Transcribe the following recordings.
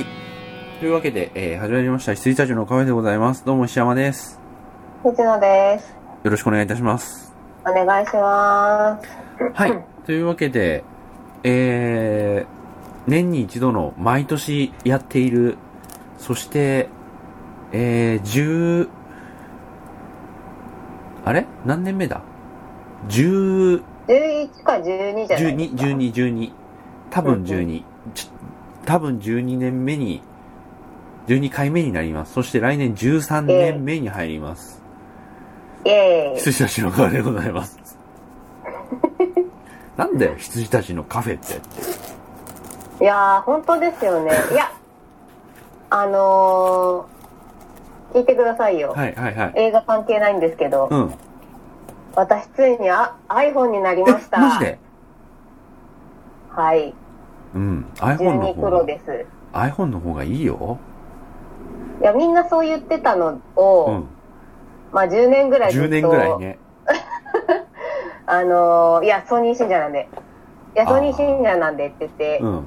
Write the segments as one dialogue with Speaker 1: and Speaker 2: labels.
Speaker 1: いうわけで、えー、始まりました。羊たちのカフェでございます。どうも石山です。
Speaker 2: 藤野です。
Speaker 1: よろしくお願いいたします。
Speaker 2: お願いします。
Speaker 1: はい。というわけで、えー、年に一度の毎年やっている、そして、えー、10、あれ何年目だ ?10、
Speaker 2: 11か12じゃない
Speaker 1: 12、12、12。多分12。ち多分12年目に、12回目になります。そして来年13年目に入ります。
Speaker 2: イェーイ。
Speaker 1: 羊たちのカフェでござい ます。なんだよ、羊たちのカフェって。
Speaker 2: いやー、本当ですよね。いや、あのー、聞いてくださいよ。
Speaker 1: はいはいはい。
Speaker 2: 映画関係ないんですけど、
Speaker 1: うん。
Speaker 2: 私ついにあ iPhone になり
Speaker 1: え、
Speaker 2: ました。
Speaker 1: マジで
Speaker 2: はい。
Speaker 1: うん。iPhone の
Speaker 2: 12
Speaker 1: 方
Speaker 2: プロ
Speaker 1: が、
Speaker 2: です。
Speaker 1: iPhone の方がいいよ。
Speaker 2: いや、みんなそう言ってたの
Speaker 1: う
Speaker 2: を、
Speaker 1: ん。
Speaker 2: まあ10年ぐらいずっ
Speaker 1: 10
Speaker 2: と
Speaker 1: 年ぐらいね。
Speaker 2: あのー、いや、ソニー信者なんで。いや、
Speaker 1: あー
Speaker 2: ソニー信者なんでって言って
Speaker 1: う、ん。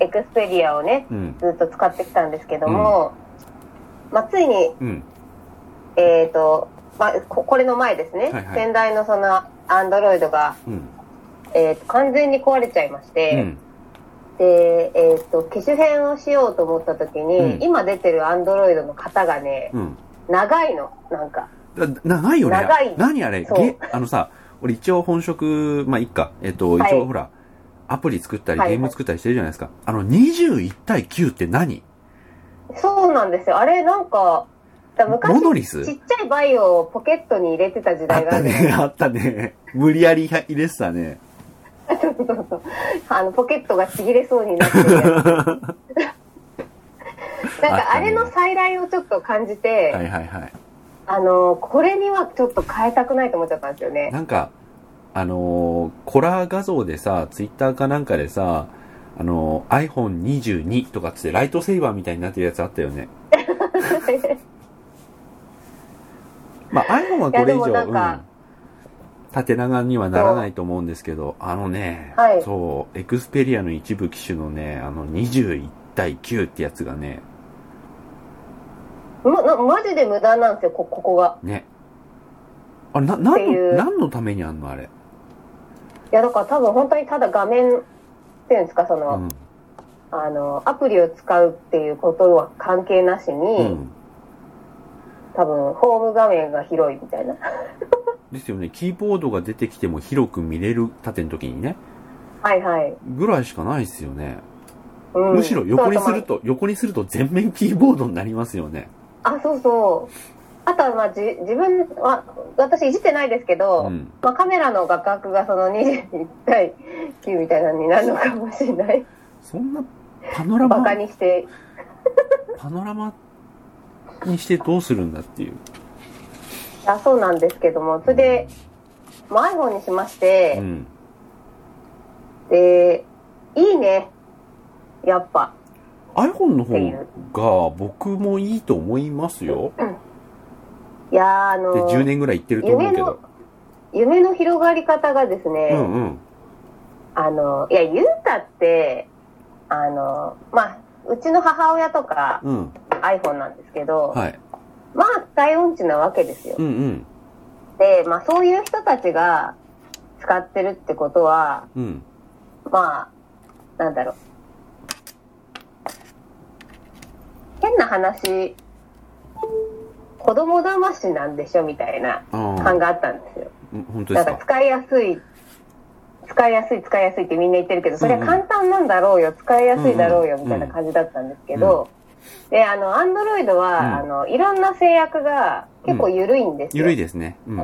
Speaker 2: エクスペリアをね、
Speaker 1: うん。
Speaker 2: ずっと使ってきたんですけども、まあ、ついに、
Speaker 1: うん。
Speaker 2: えーとまあ、ここれの前ですね、
Speaker 1: はいはい
Speaker 2: 先代のそのアンドロイドが、
Speaker 1: うん。
Speaker 2: えーと完全に壊れちゃいまし
Speaker 1: う
Speaker 2: て、
Speaker 1: ん。
Speaker 2: でえー、と機種変をしようと思った時に、
Speaker 1: うん
Speaker 2: 今出てるアンドロイドの型がね
Speaker 1: うん。
Speaker 2: 長いのなんか
Speaker 1: だ長いよね。
Speaker 2: 長い
Speaker 1: 何あれ
Speaker 2: そう
Speaker 1: ゲあのさ、俺一応本職、まあ、いっか。えっと、
Speaker 2: はい
Speaker 1: 一応ほら、アプリ作ったり
Speaker 2: はい
Speaker 1: ゲーム作ったりしてるじゃないですか。あの、21対9って何
Speaker 2: そうなんですよあれなんかだ昔
Speaker 1: モノ
Speaker 2: ち
Speaker 1: リス
Speaker 2: っちゃいバイオをポケットに入れてた時
Speaker 1: あっ
Speaker 2: 代があ
Speaker 1: た
Speaker 2: る
Speaker 1: ね、あったね。無理やり入れてたね。
Speaker 2: あのポケットがちぎれそうになってるや つなんかあれの再来をちょっと感じて、
Speaker 1: はいはいはい。
Speaker 2: あのこれにはちょっと変えたくないと思っちゃったんですよね
Speaker 1: なんか、あのーコラ画像でさ、ツイッターかなんかでさ、あのー iPhone22 とかっつってライトセイバーみたいになってるやつあったよね。まあ iPhone はこれ以上、
Speaker 2: いやでもなんか
Speaker 1: うん縦長にはならないと思うんですけど、あのね、
Speaker 2: はい
Speaker 1: そう、エクスペリアの一部機種のね、あの21対9ってやつがね、
Speaker 2: ま、なマジで無駄なんですよこここが
Speaker 1: ね。あれ、な、なん
Speaker 2: ってい
Speaker 1: の、
Speaker 2: う
Speaker 1: 何のためにあんのあれ。
Speaker 2: いやだから多分本当にただ画面っていうんですかその,、
Speaker 1: うん。
Speaker 2: あのアプリを使うっていうことは関係なしに、
Speaker 1: うん。
Speaker 2: 多分ホーム画面が広いみたいな
Speaker 1: ですよね。キーボードが出てきても広く見れる縦の時にね。
Speaker 2: はいはい、
Speaker 1: ぐらいしかないですよね。
Speaker 2: うん
Speaker 1: むしろ横にする
Speaker 2: そう
Speaker 1: と、横にすると全面キーボードになりますよね。
Speaker 2: あとまああそうそうあとはまあじ自分は私いじってないですけど、
Speaker 1: うん。
Speaker 2: まあ、カメラの画角がその21対9みたいなのになるのかもしれない
Speaker 1: そんな、パノラ
Speaker 2: バ
Speaker 1: マ、
Speaker 2: カにして
Speaker 1: パノラマにしてどうするんだっていう。
Speaker 2: あそうなんですけどもそれで、まあ、iPhone にしまし
Speaker 1: う
Speaker 2: て、
Speaker 1: ん。
Speaker 2: でいいねやっぱ
Speaker 1: iPhone の
Speaker 2: っていう
Speaker 1: 方が僕もいいと思いますよ。
Speaker 2: いやーあ
Speaker 1: で、
Speaker 2: の
Speaker 1: 10年ぐらいいってると思うけど。
Speaker 2: 夢の広がり方がですね、
Speaker 1: うんうん。
Speaker 2: あのいや言うたってあのまあうちの母親とか
Speaker 1: うん。
Speaker 2: iPhone なんですけど、
Speaker 1: はい。
Speaker 2: まあ使い音痴なわけですよ
Speaker 1: うんうん。
Speaker 2: でまあそういう人たちが使ってるってことは
Speaker 1: うん。
Speaker 2: まあ、なんだろう。変な話、子供騙しなんでしょみたいな
Speaker 1: ああ
Speaker 2: 感。があったんですよ。
Speaker 1: うん本当で
Speaker 2: な
Speaker 1: す
Speaker 2: んか
Speaker 1: か。
Speaker 2: 使いやすい、使いやすい、使いやすいってみんな言ってるけど、それは簡単なんだろうよ、使いやすいだろうよ、みたいな感じだったんですけど、で、あの、アンドロイドは、
Speaker 1: うん
Speaker 2: あの、いろんな制約が結構緩いんですよ。
Speaker 1: 緩いですね。うん。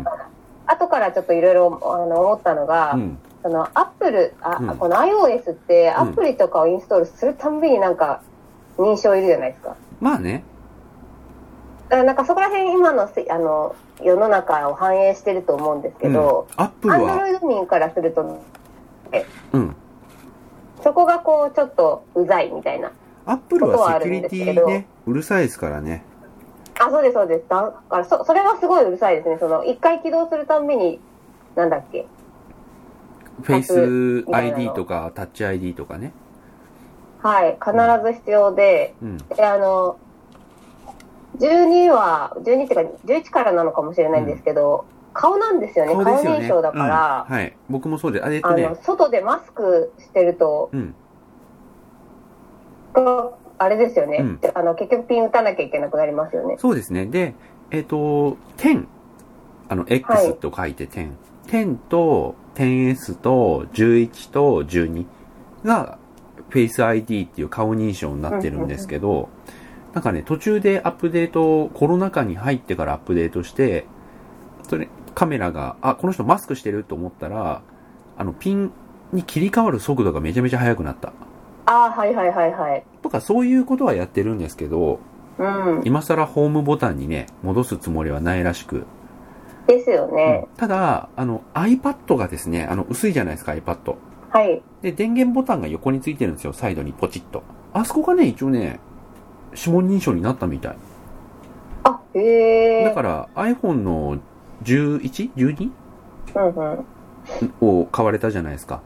Speaker 2: 後からちょっといろいろあの思ったのが、
Speaker 1: うん。
Speaker 2: そのアップルあ、
Speaker 1: うん
Speaker 2: この iOS って
Speaker 1: う
Speaker 2: ア
Speaker 1: ん
Speaker 2: プリとかをインストールするたんびになんか認証いるじゃないですか。
Speaker 1: まあね。
Speaker 2: だからなんかそこら辺今のせあの世の中を反映してると思うんですけ
Speaker 1: うん。
Speaker 2: ど、
Speaker 1: アップル
Speaker 2: アンド
Speaker 1: は、
Speaker 2: ロイド民からすると
Speaker 1: うん。
Speaker 2: そこがこうちょっとうざいみたいな。
Speaker 1: アップル
Speaker 2: ことは
Speaker 1: は
Speaker 2: あ
Speaker 1: セキュ
Speaker 2: る
Speaker 1: リ
Speaker 2: んです
Speaker 1: テ
Speaker 2: けど
Speaker 1: ィね、うるさいですからね。
Speaker 2: あ、そうですそうです。だからそそれはすごいうるさいですね。その一回起動するたんびになんだっけ。
Speaker 1: フェイス
Speaker 2: みたいな
Speaker 1: ID
Speaker 2: の
Speaker 1: とか、タッチ ID とかね。
Speaker 2: はい、必ず必要で、
Speaker 1: うん。
Speaker 2: で、あの、12は、12っていうか、11からなのかもしれないんですけど、顔なんですよね、
Speaker 1: 顔
Speaker 2: 顔
Speaker 1: ですよね。
Speaker 2: 認証だから、
Speaker 1: うんはい。僕もそうで、あえっと
Speaker 2: あ
Speaker 1: ね
Speaker 2: の、、外でマスクしてると、
Speaker 1: うん。
Speaker 2: あれですよね、
Speaker 1: うん
Speaker 2: あの、結局ピン打たなきゃいけなくなりますよね。
Speaker 1: そうですね。で、えっ、と、10。あの、X と書いて10。10と 10S と11と12が Face ID っていう顔認証になってるんですけど、なんかね、途中でアップデート、コロナ禍に入ってからアップデートして、それ、カメラが、あ、この人マスクしてると思ったら、あの、ピンに切り替わる速度がめちゃめちゃ速くなった。
Speaker 2: ああ、はいはいはいはい。
Speaker 1: とか、そういうことはやってるんですけど、
Speaker 2: うん。
Speaker 1: 今更ホームボタンにね、戻すつもりはないらしく。
Speaker 2: ですよね。
Speaker 1: ただ、あの、iPad がですね、あの、薄いじゃないですか、iPad。
Speaker 2: はい。
Speaker 1: で、電源ボタンが横についてるんですよ、サイドにポチッと。あそこがね、一応ね、指紋認証になったみたい。
Speaker 2: あ、へえ。
Speaker 1: だから、iPhone の 11?12?
Speaker 2: うんうん。
Speaker 1: を買われたじゃないですか。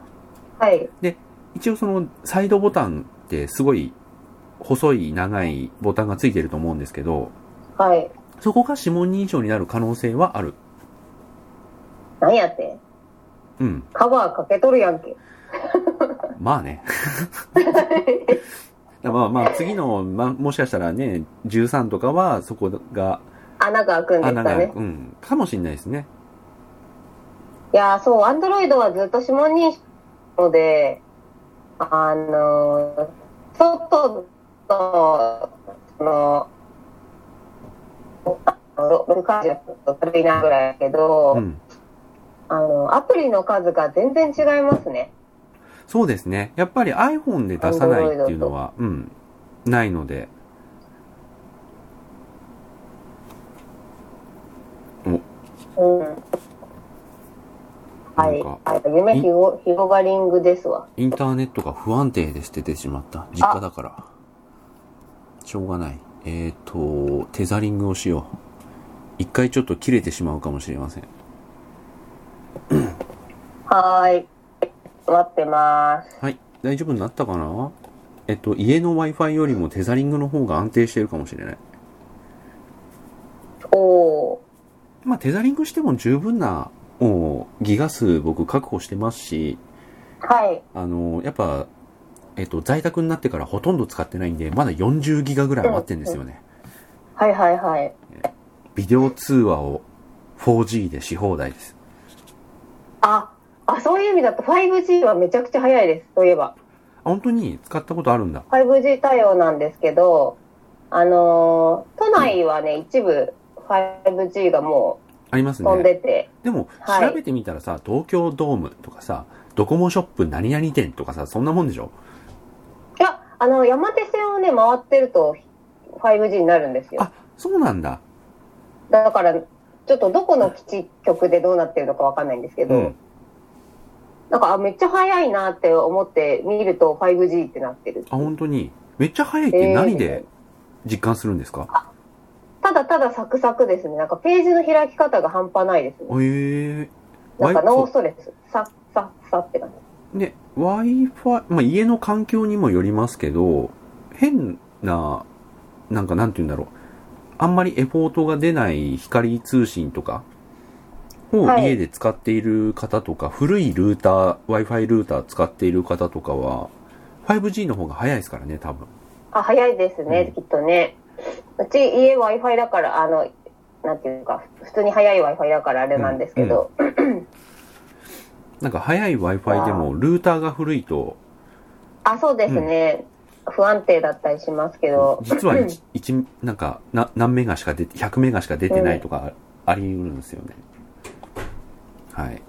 Speaker 2: はい。
Speaker 1: 一応その、サイドボタンってすごい、細い長いボタンがついてると思うんですけど、
Speaker 2: はい。
Speaker 1: そこが指紋認証になる可能性はある。
Speaker 2: なんやって。
Speaker 1: うん。
Speaker 2: カバーかけとるやんけ。
Speaker 1: まあね。まあまあ、次の、まあ、もしかしたらね、13とかは、そこが、
Speaker 2: 穴が開くんです
Speaker 1: 穴
Speaker 2: か
Speaker 1: が、
Speaker 2: ね。
Speaker 1: うん、かもしれないですね。
Speaker 2: いやー、そう、アンドロイドはずっと指紋認証で、あのー、外の、その、6回じゃちょっと軽いなぐらいやけど、
Speaker 1: うん。
Speaker 2: あの、アプリの数が全然違いますね。
Speaker 1: そうですね。やっぱり iPhone で出さないっていうのは、うん、ないので。
Speaker 2: うん。は
Speaker 1: なん
Speaker 2: い
Speaker 1: か。
Speaker 2: あ夢ひご、ひごがリングですわ。
Speaker 1: インターネットが不安定ですって出てしまった。実家だから。しょうがない。えっ、と、テザリングをしよう。一回ちょっと切れてしまうかもしれません。
Speaker 2: はーい。待ってます。
Speaker 1: はい。大丈夫になったかなえっと、家の Wi-Fi よりもテザリングの方が安定してるかもしれない。
Speaker 2: おー。
Speaker 1: まあ、テザリングしても十分な、もう、ギガ数僕確保してますし、
Speaker 2: はい。
Speaker 1: あの、やっぱ、えっと、在宅になってからほとんど使ってないんで、まだ40ギガぐらい余ってんですよね。
Speaker 2: はいはいはい。
Speaker 1: ビデオ通話を 4G でし放題です。
Speaker 2: あ、あ、そういう意味だと 5G はめちゃくちゃ早いです。そういえば。
Speaker 1: あ、本当に使ったことあるんだ。
Speaker 2: 5G 対応なんですけど、あのー都内はね、一部 5G がも
Speaker 1: あります
Speaker 2: う
Speaker 1: ね。
Speaker 2: 飛んでて、
Speaker 1: でも、
Speaker 2: はい
Speaker 1: 調べてみたらさ、東京ドームとかさ、ドコモショップ何々店とかさ、そんなもんでしょ
Speaker 2: いや、あの、山手線をね、回ってると 5G になるんですよ。
Speaker 1: あ、そうなんだ。
Speaker 2: だから、ちょっとどこの基地局でどうなってるのかわかんないんですけど、
Speaker 1: うん
Speaker 2: なんか、あ、めっちゃ早いなって思って見ると 5G ってなってる。
Speaker 1: あ、本当に。めっちゃ早いって何で実感するんですか、
Speaker 2: ただただサクサクですね。なんかページの開き方が半端ないですね。
Speaker 1: ええ
Speaker 2: なんかノー
Speaker 1: ー。
Speaker 2: ストレス。さっさっさって感じ。
Speaker 1: ね、Wi-Fi、まあ、家の環境にもよりますけど、変な、なんかなんて言うんだろう。あんまりエフォートが出ない光通信とかを
Speaker 2: はい
Speaker 1: 家で使っている方とか、古いルーター、Wi-Fi ルーター使っている方とかは、5G の方が早いですからね、多分。
Speaker 2: あ、早いですね、きっとね。うち家 Wi-Fi だから、あの、なんていうか、普通に早い Wi-Fi だからあれなんですけど、
Speaker 1: なんか早い Wi-Fi でも、ルーターが古いと、
Speaker 2: あ、そうですね、不安定だったりしますけど、
Speaker 1: 実は一一なんかな何メガしか出て100メガしか出てないとかあり得るんですよね、はい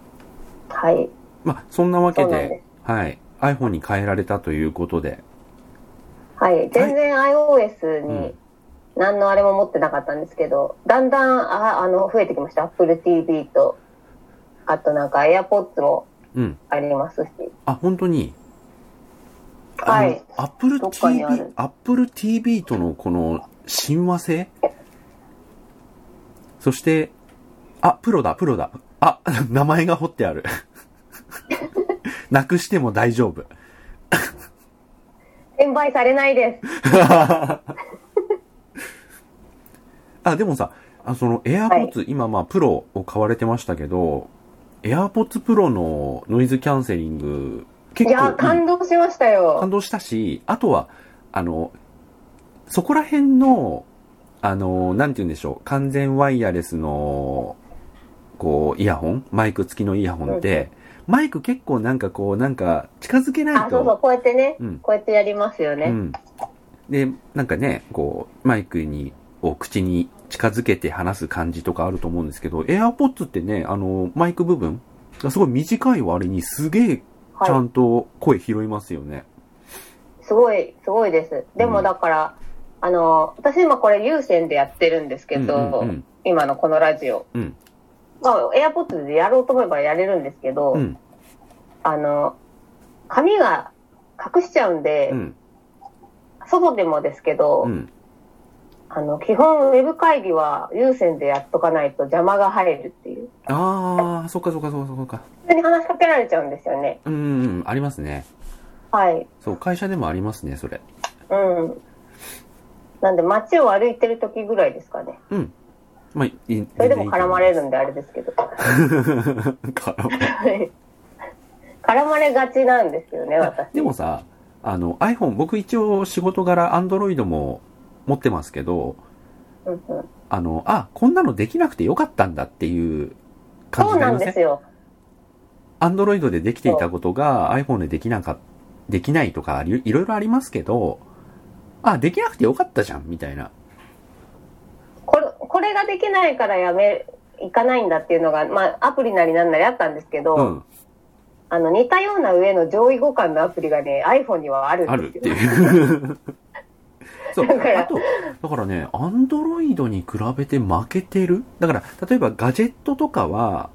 Speaker 2: はい。
Speaker 1: まあそんなわけ
Speaker 2: そうなん
Speaker 1: で
Speaker 2: で
Speaker 1: はい、iPhone に変えられたということで、
Speaker 2: はい。全然 iOS に何のあれも持ってなかったんですけど、だんだん、ああの、増えてきました。Apple TV と、あとなんか AirPods も
Speaker 1: うん
Speaker 2: ありますし。
Speaker 1: あ本当に
Speaker 2: はい。
Speaker 1: あの Apple
Speaker 2: どっかに
Speaker 1: TV
Speaker 2: ある
Speaker 1: Apple TV とのこの親和性そしてあプロだプロだあ 名前が彫ってある なくしても大丈夫
Speaker 2: 全売されないです。
Speaker 1: あ、でもさ、あその AirPods、今まあプロを買われてましたけど、AirPods Pro のノイズキャンセリング、
Speaker 2: い
Speaker 1: 結構い
Speaker 2: や、
Speaker 1: い
Speaker 2: 感動しました
Speaker 1: 感
Speaker 2: よ。
Speaker 1: 動したし、あとは、あの、そこら辺の、あの、なんて言うんでしょう、完全ワイヤレスの、こう、イヤホンマイク付きのイヤホンって、マイク結構なんかこう、なんか近づけな
Speaker 2: あ、
Speaker 1: い
Speaker 2: そうそう、
Speaker 1: と、
Speaker 2: こうやってね、
Speaker 1: うん
Speaker 2: こうやってやりますよ
Speaker 1: う
Speaker 2: ね。
Speaker 1: ん。で、なんかね、こう、マイクに、を口に近づけて話す感じとかあると思うんですけど、AirPods ってね、あの、マイク部分がすごい短い割にすげえちゃ
Speaker 2: は
Speaker 1: んと声拾いますよね。
Speaker 2: い。すごい、すごいです。で
Speaker 1: う
Speaker 2: も
Speaker 1: ん
Speaker 2: だから、あの、私今これ有線でやってるんですけど、
Speaker 1: うんうんうん
Speaker 2: 今のこのラジオ。
Speaker 1: うん
Speaker 2: まあ、AirPods でやろうと思えばやれるんですけど、
Speaker 1: うん。
Speaker 2: あの、髪が隠しちゃうんで、
Speaker 1: うん。
Speaker 2: 外でもですけど、
Speaker 1: うん。
Speaker 2: あの、基本ウェブ会議は有線でやっとかないと邪魔が入るっていう。
Speaker 1: ああ、そっかそっかそっかそっか。
Speaker 2: 普通に話しかけられちゃうんですよね。
Speaker 1: うんうんうん、ありますね。
Speaker 2: はい。
Speaker 1: そう、会社でもありますね、それ。
Speaker 2: うん。なんで街を歩いてる時ぐらいですかね。
Speaker 1: うん。まあ、いい
Speaker 2: それでも絡まれるん
Speaker 1: だ。
Speaker 2: であれですけど。
Speaker 1: 絡 まれ
Speaker 2: はい絡まれがちなんですよね、私。
Speaker 1: でもさ、あの、iPhone、僕一応仕事柄 Android も持ってますけど、
Speaker 2: うんうん
Speaker 1: あの、あ、こんなのできなくてよかったんだっていう感じ
Speaker 2: そう
Speaker 1: にな
Speaker 2: な
Speaker 1: りま
Speaker 2: ん
Speaker 1: せ
Speaker 2: で
Speaker 1: ん
Speaker 2: すよ。
Speaker 1: Android でできていたことが iPhone でできなか、できないとか、いいろいろありますけど、あ、できなくてよかったじゃん、みたいな。
Speaker 2: これ、これができないからやめ、いかないんだっていうのが、まあ、アプリなりなんなりあったんですけど、
Speaker 1: うん、
Speaker 2: あの、似たような上の上位互換のアプリがね、iPhone にはあるんです
Speaker 1: あ
Speaker 2: よ。
Speaker 1: るって いう。そう。
Speaker 2: だから
Speaker 1: あと、だからね、アンドロイドに比べて負けてるだから、例えばガジェットとかは、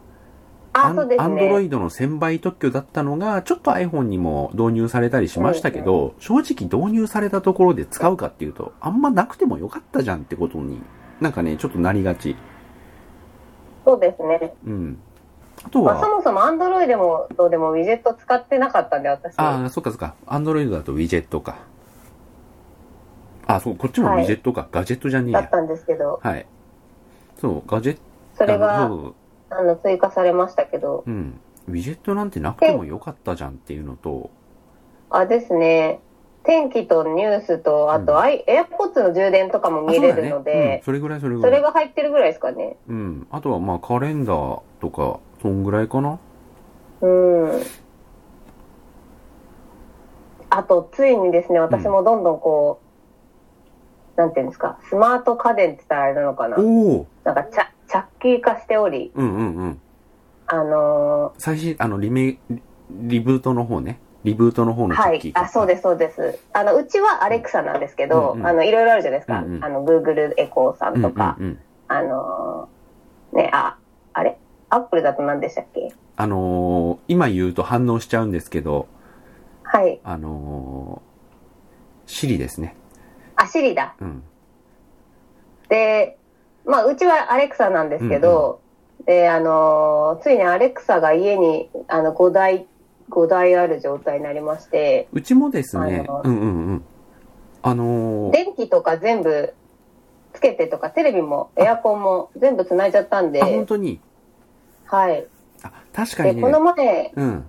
Speaker 2: あ、そうです
Speaker 1: アンドロ
Speaker 2: ね。
Speaker 1: イドの1000倍特許だったのが、ちょっと iPhone にも導入されたりしましたけど、正直導入されたところで使うかっていうと、あんまなくてもよかったじゃんってことに、なんかね、ちょっとなりがち。
Speaker 2: そうですね。
Speaker 1: うん。あと
Speaker 2: まあ、そ
Speaker 1: は、
Speaker 2: もそも Android でも、どうでもウィジェット使ってなかったんで、私。
Speaker 1: ああ、そっかそっか。アンドロイドだとウィジェットか。あ、そう、こっちもウィジェットか。ガジェットじゃねえ
Speaker 2: だっ
Speaker 1: や。
Speaker 2: たんですけど、
Speaker 1: はい。そう、ガジェット
Speaker 2: それ
Speaker 1: あの、
Speaker 2: が
Speaker 1: そう
Speaker 2: あの、追加されましたけど、
Speaker 1: うん。ウィジェットなんてなくてもよかったじゃんっていうのと、
Speaker 2: あ、ですね。天気とニュースと、あ
Speaker 1: うん
Speaker 2: と、アイ AirPods の充電とかも見れ
Speaker 1: あ
Speaker 2: るの
Speaker 1: そうだねうん
Speaker 2: で、
Speaker 1: それぐらいそれぐ
Speaker 2: そ
Speaker 1: ら
Speaker 2: れ
Speaker 1: い。
Speaker 2: が入ってるぐらいですかね。
Speaker 1: うん。あとはまあカレンダーとか、そんぐらいかな。
Speaker 2: うん。あと、ついにですね、私もどんどんこう、なんていうんですか、スマート家電って言ったらあれなのかな。
Speaker 1: おお
Speaker 2: なんか、チャチャッキー化しており、
Speaker 1: うんうんうん。
Speaker 2: あの
Speaker 1: 最新、あの、リメイ、リブートの方ね。リブートの方
Speaker 2: ー
Speaker 1: のチ
Speaker 2: は
Speaker 1: ェッキ
Speaker 2: い
Speaker 1: ー。か
Speaker 2: あ、そうです、そうです。あの、うちはアレクサなんですけど、
Speaker 1: うんうん
Speaker 2: あの、いろいろあるじゃないですか。
Speaker 1: うんうん
Speaker 2: あの、Google エコーさ
Speaker 1: うんんう
Speaker 2: と
Speaker 1: ん
Speaker 2: か、
Speaker 1: うん。
Speaker 2: あのーね、あ、あれアップルだと何でしたっけ
Speaker 1: あのー今言うと反応しちゃうんですけど、
Speaker 2: はい。
Speaker 1: あのー、シリですね。
Speaker 2: あ、シリだ。
Speaker 1: うん。
Speaker 2: で、まあ、うちはアレクサなんですけど、で、あのーついにアレクサが家に、あの、5台、5台ある状態になりまして、
Speaker 1: うちもですね
Speaker 2: あの、ー
Speaker 1: うんうんうん。あのー
Speaker 2: 電気とか全部つけてとか、テレビもエアコンも全部繋いじゃったんで
Speaker 1: あ、、本当に、
Speaker 2: はい。
Speaker 1: あ、確か
Speaker 2: で、
Speaker 1: にね。
Speaker 2: この前、
Speaker 1: うん、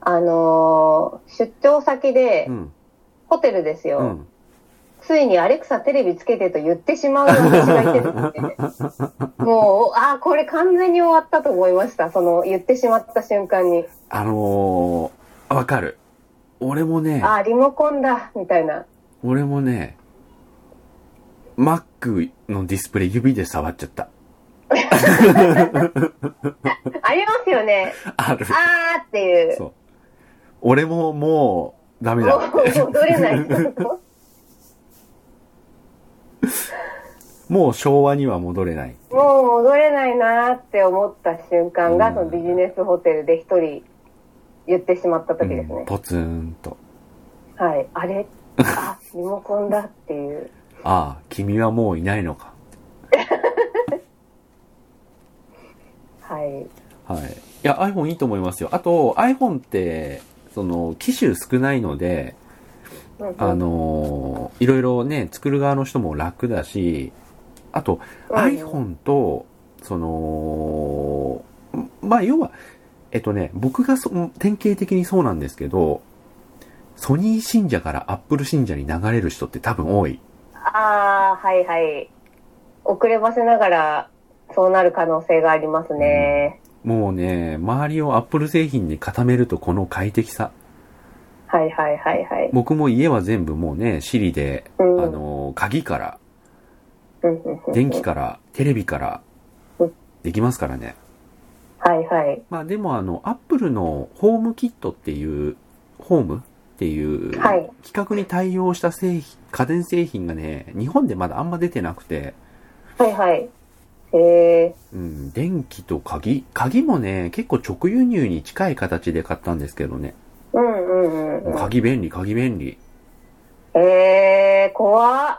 Speaker 2: あのー出張先で、
Speaker 1: うん、
Speaker 2: ホテルですよ、
Speaker 1: うん。
Speaker 2: ついにアレクサテレビつけてと言ってしまうような私がいてですね。 もう、ああ、これ完全に終わったと思いました。その、言ってしまった瞬間に。
Speaker 1: あのー、わかる。俺もね、
Speaker 2: ああ、リモコンだ、みたいな。
Speaker 1: 俺もね、Mac のディスプレイ指で触っちゃった。
Speaker 2: ありますよ ね。
Speaker 1: ある。
Speaker 2: あーっていう。
Speaker 1: そう。俺ももう、ダメ
Speaker 2: も
Speaker 1: だ。
Speaker 2: う戻れない。
Speaker 1: もう昭和には戻れない。
Speaker 2: もう戻れないなーって思った瞬間が、
Speaker 1: うん
Speaker 2: そのビジネスホテルで一人言ってしまった時です
Speaker 1: うん
Speaker 2: ね。
Speaker 1: ポツンと。
Speaker 2: はい。あれあ、リモコンだっていう。
Speaker 1: ああ、君はもういないのか。
Speaker 2: はい。
Speaker 1: はい。いや、iPhone いいと思いますよ。あと、iPhone って、その、機種少ないので、
Speaker 2: うん
Speaker 1: あのーいろいろね、作る側の人も楽だし、あと、
Speaker 2: うん
Speaker 1: iPhone と、その、まあ、要は、えっとね、僕がそ典型的にそうなんですけど、ソニー信者から Apple 信者に流れる人って多分多い。
Speaker 2: ああ、はいはい。遅ればせながら、そうなる可能性がありますね。
Speaker 1: もうね、周りを Apple 製品に固めるとこの快適さ。
Speaker 2: はいはいはいはい。
Speaker 1: 僕も家は全部もうね、Siri で、あ
Speaker 2: うん
Speaker 1: のー鍵から、
Speaker 2: うんうんうん
Speaker 1: 電気から、テレビから
Speaker 2: うん、
Speaker 1: できますからね。
Speaker 2: はいはい。
Speaker 1: まあでもあの、アップルのホームキットっていう、ホームっていう、
Speaker 2: はい
Speaker 1: 企画に対応した製品、家電製品がね、日本でまだあんま出てなくて、
Speaker 2: はいはい。え
Speaker 1: うん、電気と鍵、鍵もね、結構直輸入に近い形で買ったんですけどね。
Speaker 2: ー、うんうんうんうん。
Speaker 1: 鍵便利、鍵便利。
Speaker 2: えー、怖っ。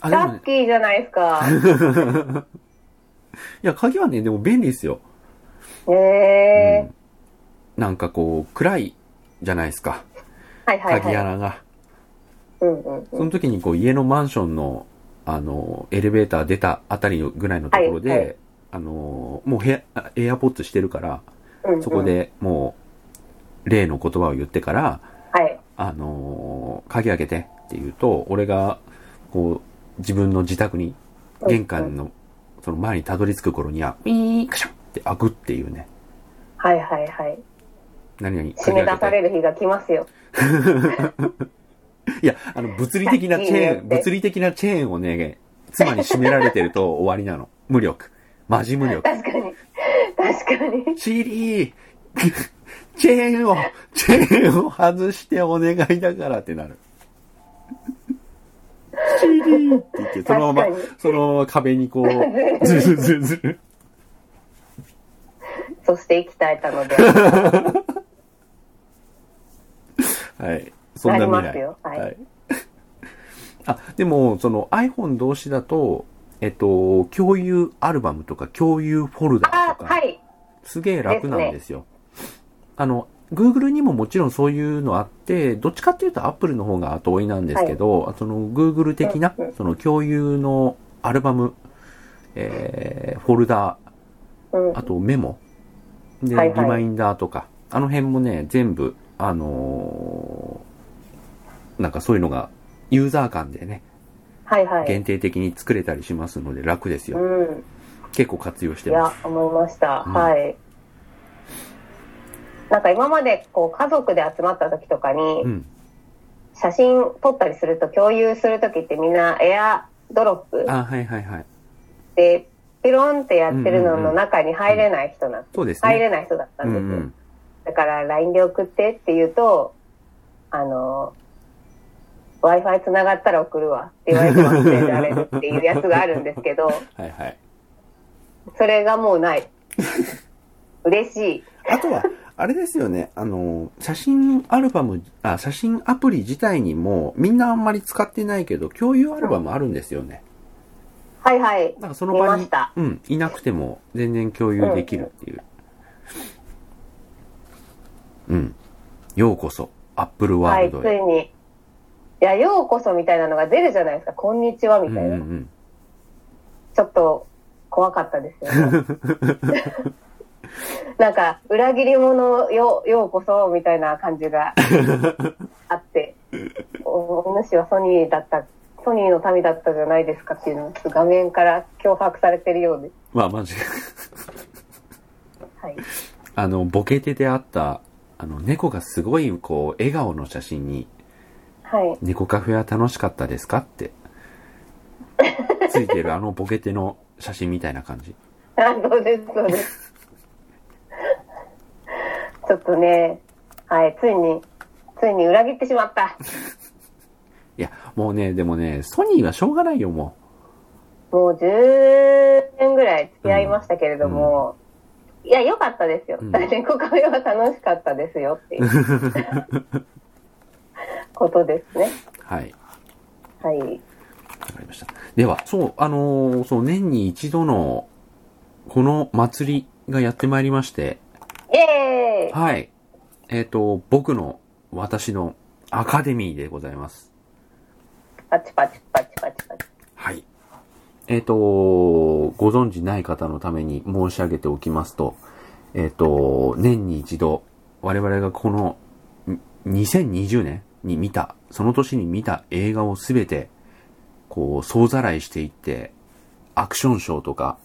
Speaker 1: あ、でも
Speaker 2: ラッ
Speaker 1: ね、
Speaker 2: キーじゃないです か。
Speaker 1: いや、鍵はね、でも便利ですよ。
Speaker 2: ええ
Speaker 1: うんなんかこう、暗いじゃないですか。
Speaker 2: はいはい
Speaker 1: 鍵
Speaker 2: はい。
Speaker 1: 穴が。
Speaker 2: うんうんうん
Speaker 1: その時にこう家のマンションの、あの、エレベーター出たあたりぐらいのところで、
Speaker 2: はいは
Speaker 1: あの、もうヘア、エアポッツしてるから、
Speaker 2: うんうん
Speaker 1: そこ。でもう、例の言葉を言ってから、
Speaker 2: はい。
Speaker 1: あの、鍵開けてって言うと、俺が、こう、自分の自宅に、玄関の、その前にたどり着く頃には、ウィーン、カシャンって開くっていうね。
Speaker 2: はいはいはい。
Speaker 1: 何々、
Speaker 2: 締め出さ
Speaker 1: て。
Speaker 2: れる日が来ますよ。
Speaker 1: いや、あの、物理的なチェー
Speaker 2: いい
Speaker 1: ン、
Speaker 2: ね
Speaker 1: 物理的なチェーンをね、妻に締められてると終わりな の。無力。マジ無力。
Speaker 2: 確かに。確かに。
Speaker 1: シリー、 チェーンを、チェーンを外してお願いだからってなる。シリーって言って、そのまま
Speaker 2: 確か、
Speaker 1: そのまま壁にこう、ズルズルズルズル。
Speaker 2: そして鍛えた ので。
Speaker 1: はい。そんな
Speaker 2: な
Speaker 1: 未
Speaker 2: ります
Speaker 1: 来
Speaker 2: よ。はい。
Speaker 1: あ、でも、その iPhone 同士だと、えっと、共有アルバムとか共有フォルダ
Speaker 2: あ
Speaker 1: と、か、
Speaker 2: はい。
Speaker 1: すげえ楽なんですよ。あの、Google にももちろんそういうのあって、どっちかっていうと Apple の方が後追いなんですけど、その Google 的な
Speaker 2: うんうん、
Speaker 1: その共有のアルバム、えー、フォルダ、
Speaker 2: うん。
Speaker 1: あとメモ、で、
Speaker 2: はいはい
Speaker 1: リマインダーとか、あの辺もね、全部、あのーなんかそういうのが、ユーザー間でね、
Speaker 2: はいはい。
Speaker 1: 限定的に作れたりしますので楽ですよ。
Speaker 2: うん。
Speaker 1: 結構活用して
Speaker 2: い
Speaker 1: ます。
Speaker 2: や、思いました。
Speaker 1: うん
Speaker 2: はい。なんか今までこう家族で集まった時とかに
Speaker 1: うん。
Speaker 2: 写真撮ったりすると共有する時ってみんなエアドロップ
Speaker 1: あ、はいはいはい。
Speaker 2: でピロンってやってるのの中に入れない人なん
Speaker 1: そうです
Speaker 2: 入
Speaker 1: ね。
Speaker 2: れない人だった
Speaker 1: うんん
Speaker 2: で
Speaker 1: う
Speaker 2: すよ、
Speaker 1: ん。
Speaker 2: だから LINE で送ってって言うとあの w i f i つながったら送るわって言われて忘れられるっていうやつがあるんですけど
Speaker 1: はいはい。
Speaker 2: それがもうない 嬉しい
Speaker 1: あとは、あれですよね、あの、写真アルバム、あ、写真アプリ自体にも、みんなあんまり使ってないけど、共有アルバムあるんですよね。
Speaker 2: はいはい
Speaker 1: なんかその場
Speaker 2: 見ま
Speaker 1: に
Speaker 2: した、
Speaker 1: うん、いなくても全然共有できるっていう。うん。ようこそ、アップルワ
Speaker 2: は
Speaker 1: ール
Speaker 2: いつ
Speaker 1: ドへ。
Speaker 2: いにいやようこそみたいなのが出るじゃないですかこんにちはみ
Speaker 1: うん
Speaker 2: た
Speaker 1: う
Speaker 2: い
Speaker 1: ん
Speaker 2: な、
Speaker 1: うん。
Speaker 2: ちょっと怖かったですよ ね。なんか、裏切り者よ、ようこそ、みたいな感じがあって、おお主はソニーだった、ソニーの民だったじゃないですかっていうのを画面から脅迫されてるようです。
Speaker 1: まあ、マ ジ
Speaker 2: はい。
Speaker 1: あの、ボケてであった、あの、猫がすごい、こう、笑顔の写真に、
Speaker 2: はい。
Speaker 1: 猫カフェは楽しかったですかって。ついてるあのボケての写真みたいな感じ。
Speaker 2: あ、そうです、そうです。ちょっとね、はい、ついに、ついに裏切ってしまった。
Speaker 1: いや、もうね、でもね、ソニーはしょうがないよ、も
Speaker 2: もう10年ぐらい付き合いましたけれども、いや、良かったですよ。
Speaker 1: うん
Speaker 2: 猫カフェは楽しかったですよっていうことですね。
Speaker 1: う。はい。
Speaker 2: はい。
Speaker 1: わかりました。では、そう、あのーそう、年に一度の、この祭りがやってまいりまして、
Speaker 2: イェーイ
Speaker 1: はい。えっ、と、僕の、私の、アカデミーでございます。
Speaker 2: パチパチパチパチパチ。
Speaker 1: はい。えっ、と、ご存知ない方のために申し上げておきますと、えっ、と、年に一度、我々がこのん2020年に見た、その年に見た映画をすべて、こう、総ざらいしていって、アクション賞とか、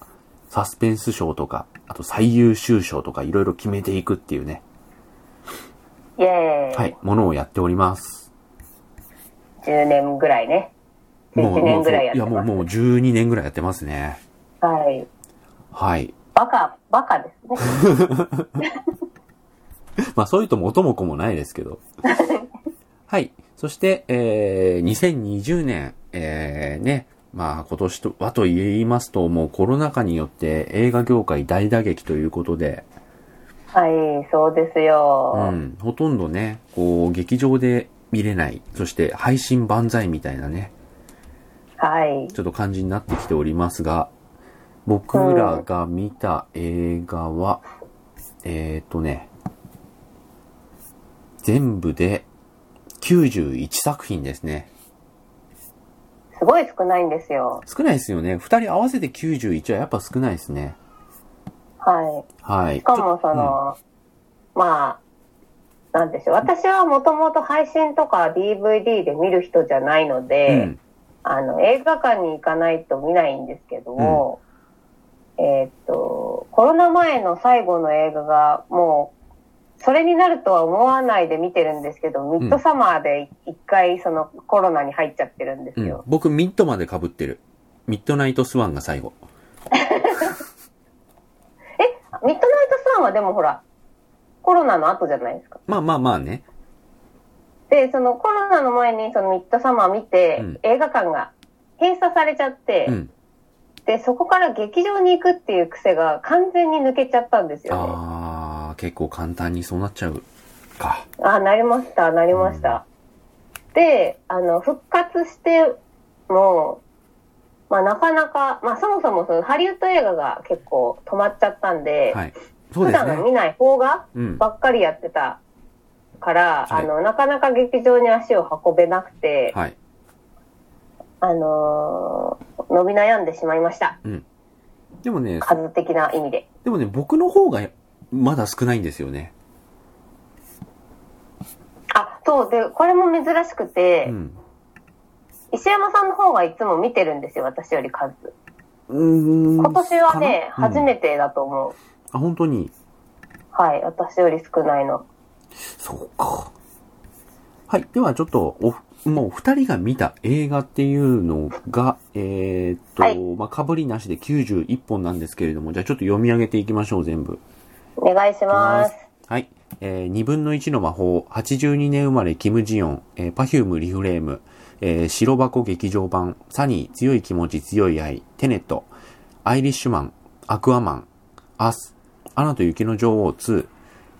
Speaker 1: サスペンス賞とか、あと最優秀賞とかいろいろ決めていくっていうね、
Speaker 2: イェーイ。
Speaker 1: はい、ものをやっております。
Speaker 2: 10年ぐらいね。
Speaker 1: もう、
Speaker 2: 11
Speaker 1: も
Speaker 2: 年
Speaker 1: う、
Speaker 2: ぐ
Speaker 1: い
Speaker 2: らいやって
Speaker 1: や、
Speaker 2: ます。
Speaker 1: もう、もう12年ぐらいやってますね。
Speaker 2: はい。
Speaker 1: はい。
Speaker 2: バカ、バカですね。
Speaker 1: まあそういうと元も子もないですけど。はい。そして、えー、2020年、えー、ね、まあ今年とはと言いますと、もうコロナ禍によって映画業界大打撃ということで、
Speaker 2: はい、そうです
Speaker 1: う
Speaker 2: よ。
Speaker 1: ん、ほとんどね、こう、劇場で見れない、そして配信万歳みたいなね、
Speaker 2: はい。
Speaker 1: ちょっと感じになってきておりますが、僕らが見た映画は、えっ、ー、とね、全部で91作品ですね。
Speaker 2: すごい少ないんですよ。
Speaker 1: 少ないですよね。二人合わせて91はやっぱ少ないですね。
Speaker 2: はい。
Speaker 1: はい。
Speaker 2: しかもその、まあ、なんでしょう。私はもともと配信とか DVD で見る人じゃないの
Speaker 1: う
Speaker 2: で、
Speaker 1: ん。
Speaker 2: あの、映画館に行かないと見ないんですけども、えーっと、コロナ前の最後の映画がもう、それになるとは思わないで見てるんですけど、ミッドサマーで一回そのコロナに入っちゃってるんです
Speaker 1: うん、
Speaker 2: よ。
Speaker 1: 僕ミッドまで被ってる。ミッドナイトスワンが最後。
Speaker 2: ミッドナイトさんはでもほら、コロナの後じゃないですか。
Speaker 1: まあまあまあね。
Speaker 2: で、そのコロナの前にそのミッドサマー見て、
Speaker 1: うん
Speaker 2: 映画館が閉鎖されちゃって、
Speaker 1: うん。
Speaker 2: で、そこから劇場に行くっていう癖が完全に抜けちゃったんですよね。
Speaker 1: あー、結構簡単にそうなっちゃうか。
Speaker 2: あなりました、なりました。で、あの、復活しても、まあなかなか、まあそもそもそのハリウッド映画が結構止まっちゃったんで、
Speaker 1: はい。そう
Speaker 2: 普
Speaker 1: です
Speaker 2: 段は
Speaker 1: ね。
Speaker 2: 見ない邦画
Speaker 1: うん。
Speaker 2: ばっかりやってたから、
Speaker 1: はい
Speaker 2: あの、なかなか劇場に足を運べなくて、
Speaker 1: はい。
Speaker 2: あのー伸び悩んでしまいました。
Speaker 1: でもね、
Speaker 2: 数的な意味で。
Speaker 1: でもね、僕の方がまだ少ないんですよね。
Speaker 2: あ、そう、で、これも珍しくて、
Speaker 1: うん。
Speaker 2: 石山さんの方がいつも見てるんですよ、私より数。
Speaker 1: うーん。
Speaker 2: 今年はね、
Speaker 1: かな
Speaker 2: 初めてだと思う。
Speaker 1: あ、本当に。
Speaker 2: はい、私より少ないの。
Speaker 1: そうか。はい。では、ちょっと、お、もう二人が見た映画っていうのが、えーっと、
Speaker 2: はい
Speaker 1: まあ、被りなしで91本なんですけれども、じゃあちょっと読み上げていきましょう、全部。
Speaker 2: お願いします。
Speaker 1: はい。えー、2分の1の魔法、82年生まれ、キム・ジヨン、えー、パフューム・リフレーム、えー、白箱劇場版、サニー、強い気持ち、強い愛、テネット、アイリッシュマン、アクアマン、アス、アナと雪の女王2、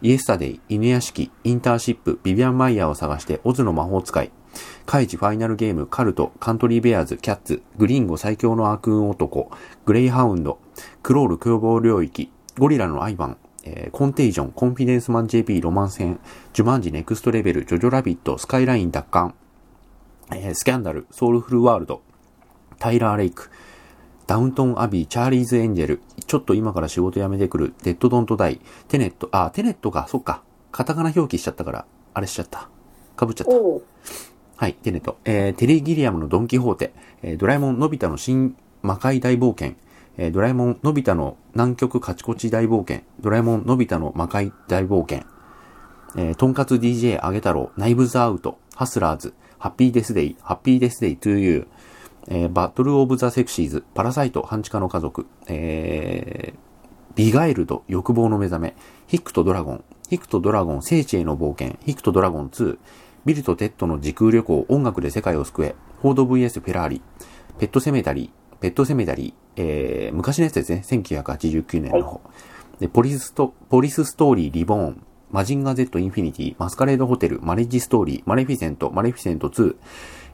Speaker 1: イエスタデイ、犬屋敷、インターンシップ、ビビアン・マイヤーを探して、オズの魔法使い、カイジファイナルゲーム、カルト、カントリーベアーズ、キャッツ、グリンゴ最強の悪運男、グレイハウンド、クロール空防領域、ゴリラの愛番、えーコンテージョン、コンフィデンスマン JP ロマン戦、ジュマンジネクストレベル、ジョジョラビット、スカイライン奪還、えースキャンダル、ソウルフルワールド、タイラー・レイク、ダウントン・アビー、チャーリーズ・エンジェル、ちょっと今から仕事辞めてくる、デッド・ドント・ダイ、テネット、あ、テネットか、そっか、カタカナ表記しちゃったから、あれしちゃった。かぶっちゃった。
Speaker 2: おう
Speaker 1: はい、テネット。えー、テリー・ギリアムのドン・キホーテ、えードラえもん・のび太の新魔界大冒険、えードラえもん・のび太の南極カチコチ大冒険、ドラえもん・のび太の魔界大冒険、えー、とんかつ DJ あげ太郎、ナイブズ・アウト、ハスラーズ、ハッピーデスデイ、ハッピーデスデイ・トゥー・ユー、えーバトル・オブ・ザ・セクシーズ、パラサイト、半地下の家族、えー、ビガイルド、欲望の目覚め、ヒックとドラゴン、ヒックとドラゴン、聖地への冒険、ヒックとドラゴン2、ビルとテッドの時空旅行、音楽で世界を救え、フォード VS フェラーリ、ペットセメタリー、ペットセメタリー、えー、昔のやつですね、1989年の方。で、ポリスト、ポリスストーリー、リボーン、マジンガー Z インフィニティ、マスカレードホテル、マレッジストーリー、マレフィセント、マレフィセント2、